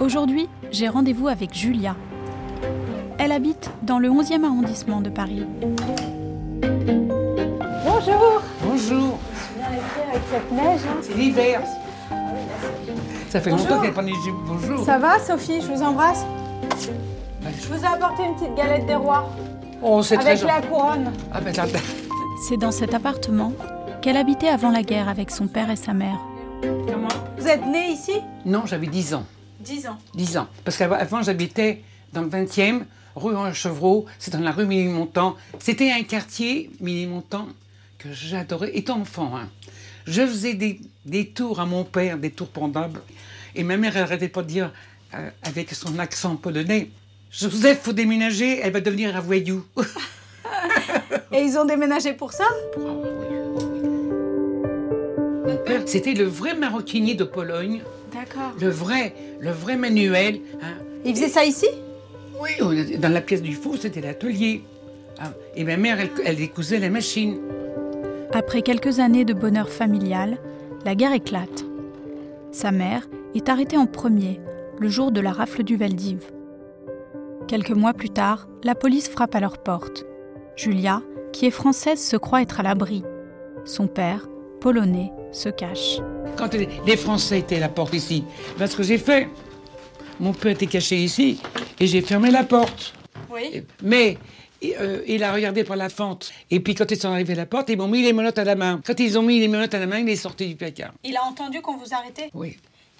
Aujourd'hui, j'ai rendez-vous avec Julia. Elle habite dans le 11e arrondissement de Paris. Bonjour Bonjour, Avec cette neige, hein. c'est l'hiver. Ça fait longtemps qu'elle prend les jupes. Bonjour. ça va Sophie Je vous embrasse. Je vous ai apporté une petite galette des rois Oh, c'est très avec gentil. la couronne. Ah, ben, attends. C'est dans cet appartement qu'elle habitait avant la guerre avec son père et sa mère. Vous êtes née ici Non, j'avais 10 ans. 10 ans. 10 ans. Parce qu'avant, j'habitais dans le 20e, rue en Chevreau, c'est dans la rue Ménilmontant. C'était un quartier, Ménilmontant, que j'adorais, étant enfant. hein. Je faisais des, des tours à mon père, des tours pendables. Et ma mère, elle arrêtait pas de dire, euh, avec son accent polonais, Joseph, faut déménager, elle va devenir un voyou. Et ils ont déménagé pour ça Mon père, c'était le vrai maroquinier de Pologne, D'accord. le vrai, le vrai Manuel. hein. Ils faisaient ça ici Oui, on- dans la pièce du four, c'était l'atelier. Ah, Et ma mère, elle, elle décousait la machine. Après quelques années de bonheur familial, la guerre éclate. Sa mère est arrêtée en premier, le jour de la rafle du Veldiv. Quelques mois plus tard, la police frappe à leur porte. Julia, qui est française, se croit être à l'abri. Son père, polonais, se cache. Quand les- les Français étaient à la porte ici, voilà ce que j'ai fait. Mon père était caché ici et j'ai fermé la porte. Oui. Mais et, euh, il a regardé par la fente. Et puis quand ils sont arrivés à la porte, ils m'ont mis les menottes à la main. Quand ils ont mis les menottes à la main, il est sorti du placard. Il a entendu qu'on vous arrêtait Oui.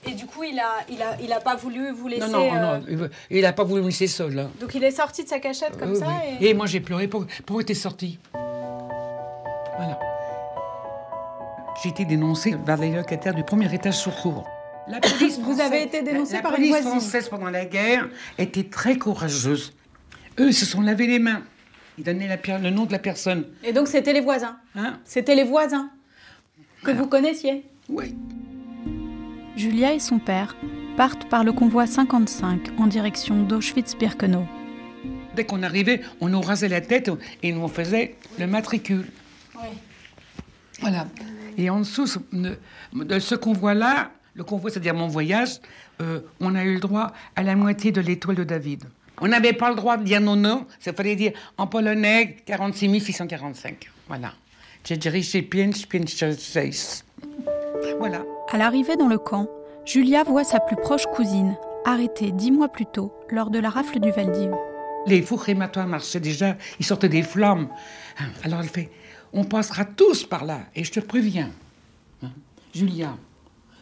et du coup il a, il a, il a pas voulu vous laisser. Non, non, euh, non, il- il n'a pas voulu me laisser seul. hein. Donc il est sorti de sa cachette comme Oui, ça oui. et... Et moi j'ai pleuré. Pour- Pourquoi t'es sortie Voilà. J'ai été dénoncée par les locataires du premier étage sous cour. La police Vous avez été dénoncée la- la par une police voisine. française pendant la guerre était très courageuse. Eux ils se sont lavé les mains. Ils donnaient la pierre- le nom de la personne. et donc c'était les voisins. Hein C'était les voisins que vous connaissiez. Oui. Julia et son père partent par le convoi 55 en direction d'Auschwitz-Birkenau. Dès qu'on arrivait, on nous rasait la tête et on faisait le matricule. Oui. Voilà. Et en dessous ce- ne- de ce convoi-là, le convoi, c'est-à-dire mon voyage, euh, on a eu le droit à la moitié de l'étoile de David. On n'avait pas le droit de dire non, non. Ça fallait dire en polonais 46 645. Voilà. Dziedziczy 5 56. Voilà. À l'arrivée dans le camp, Julia voit sa plus proche cousine, arrêtée dix mois plus tôt lors de la rafle du Valdiv. Les fous crématoires marchaient déjà, ils sortaient des flammes. Alors elle fait On passera tous par là, et je te préviens. Hein, Julia,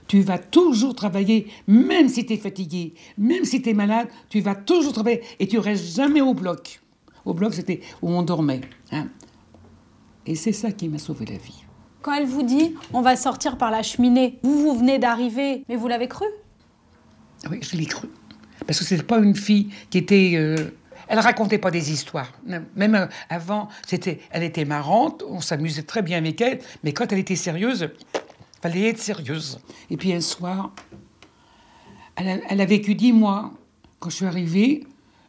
tu vas toujours travailler, même si tu es fatiguée, même si tu es malade, tu vas toujours travailler et tu restes jamais au bloc. Au bloc, c'était où on dormait. hein. Et c'est ça qui m'a sauvé la vie. Quand elle vous dit on va sortir par la cheminée, vous vous venez d'arriver, mais vous l'avez cru Ah Oui, je l'ai cru. Parce que c'était pas une fille qui était. euh, Elle racontait pas des histoires. Même euh, avant, c'était, elle était marrante, on s'amusait très bien avec elle, mais quand elle était sérieuse, fallait être sérieuse. Et puis un soir, elle a, elle a vécu dix mois. Quand je suis arrivée,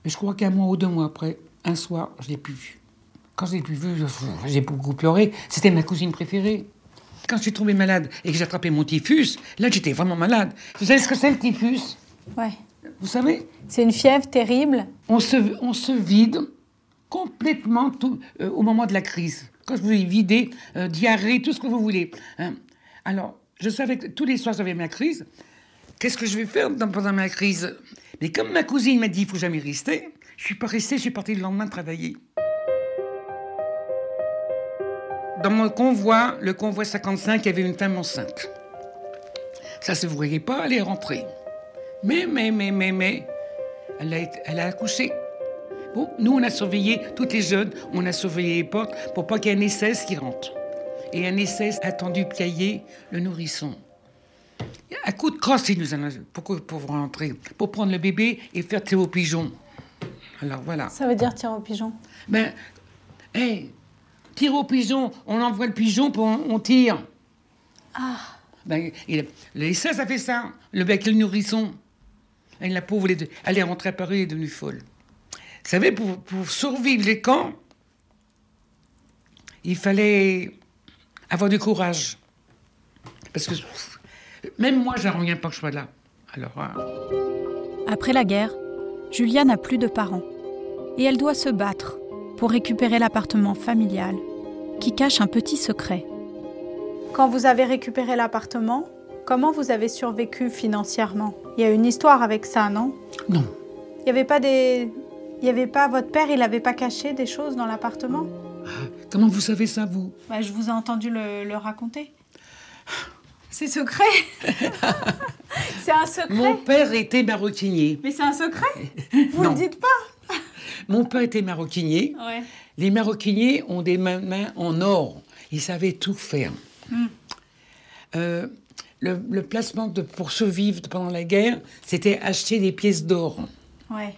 je crois qu'un mois ou deux mois après, un soir, je l'ai plus vue. Quand je l'ai plus vue, je- j'ai beaucoup pleuré. C'était ma cousine préférée. Quand je suis tombée malade et que j'ai attrapé mon typhus, là j'étais vraiment malade. Vous savez ce que c'est le typhus Ouais. vous savez, C'est une fièvre terrible. on se, on se vide complètement tout, euh, au moment de la crise. Quand je vous ai vidé, euh, diarrhée, tout ce que vous voulez. hein. Alors, je savais que tous les soirs, j'avais ma crise. Qu'est-ce que je vais faire dans- pendant ma crise Mais comme ma cousine m'a dit, il faut jamais rester, je suis pas restée, je suis partie le lendemain travailler. Dans mon convoi, le convoi 55, il y avait une femme enceinte. Ça se voyait pas, elle est rentrée. Mais, mais, mais, mais, mais, elle a, été- elle a accouché. Bon, nous, on a surveillé, toutes les jeunes, on a surveillé les portes pour pas qu'il y ait un SS qui rentre. Et un SS a tendu piailler le nourrisson. À coup de crosse, il nous en a... Pourquoi pour rentrer Pour prendre le bébé et faire tirer aux pigeons. Alors voilà. Ça veut dire tirer au pigeon. Ben, hé, tire au pigeon, on envoie le pigeon, puis on, on tire. Ben, il, les ça, ça fait ça, le bec et le nourrisson. Et la pauvre, elle est, de- elle est rentrée à Paris, elle est devenue folle. Vous savez, pour, pour survivre les camps, il fallait avoir du courage. Parce que pff, même moi, je ne reviens pas que je sois là. Alors, hein. Après la guerre, Julia n'a plus de parents et elle doit se battre pour récupérer l'appartement familial qui cache un petit secret. Quand vous avez récupéré l'appartement, comment vous avez survécu financièrement Il y a une histoire avec ça, non Non. Il n'y avait pas des... Il y avait pas... Votre père, il n'avait pas caché des choses dans l'appartement Comment vous savez ça, vous Bah, Je vous ai entendu le, le raconter. C'est secret C'est un Hein? secret Mon père était maroquinier. Mais c'est un secret Vous Non. le dites pas Mon père était maroquinier. Ouais. Les maroquiniers ont des mains, mains en or. Ils savaient tout faire. Euh, le, le placement de, pour survivre pendant la guerre, c'était acheter des pièces d'or. Ouais.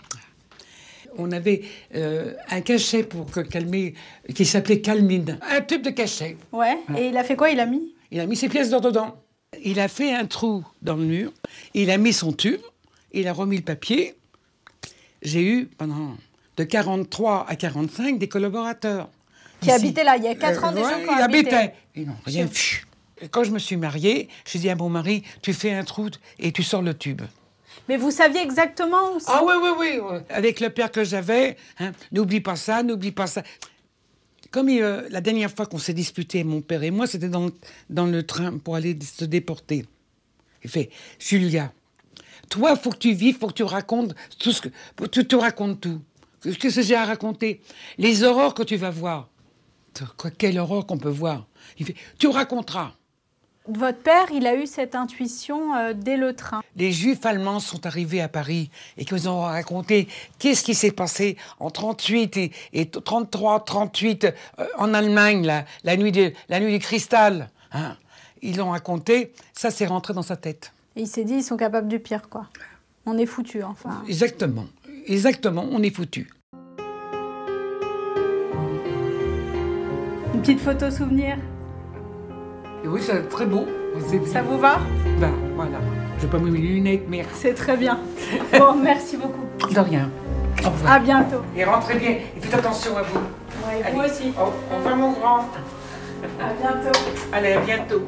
On avait euh, un cachet pour que calmer, qui s'appelait Calmine. Un tube de cachet. Ouais. Et il a fait quoi Il a mis Il a mis ses pièces d'or dedans. Il a fait un trou dans le mur. Il a mis son tube. Il a remis le papier. J'ai eu, pendant de 43 à 45, des collaborateurs. Euh, Qui habitaient là. Il y a quatre ans, des gens qui Ils habitaient. habitaient. Ils n'ont rien vu. Et quand je me suis mariée, j'ai dit à mon mari, tu fais un trou et tu sors le tube. Mais vous saviez exactement où Ah oui, oui, oui. oui. Avec le père que j'avais, hein, n'oublie pas ça, n'oublie pas ça. Comme il, euh, la dernière fois qu'on s'est disputé, mon père et moi, c'était dans, le- dans le train pour aller se déporter. Il fait, Julia, toi, faut que tu vives, faut que tu racontes tout ce que... faut que Tu te racontes tout. Qu'est-ce que j'ai à raconter Les horreurs que tu vas voir. Quoi, Quelle horreur qu'on peut voir. Il fait, tu raconteras. Votre père, il a eu cette intuition euh, dès le train. les Juifs allemands sont arrivés à Paris et qu'ils ont raconté qu'est-ce qui s'est passé en 38 et, et 33, 38 euh, en Allemagne, la, la nuit, de, la nuit du cristal. hein. Ils l'ont raconté, ça s'est rentré dans sa tête. Et il s'est dit, ils sont capables du pire, quoi. On est foutus, enfin. Exactement, exactement, on est foutu. Une petite photo souvenir, Et oui, c'est très beau. ça vous va Ben, voilà. Je n'ai pas mis mes lunettes, mais C'est très bien. Bon, merci beaucoup. de rien. Au revoir. À bientôt. Et rentrez bien, et faites attention à vous. Ouais, vous Allez. aussi. Au, au revoir, mon grand. À bientôt. Allez, à bientôt.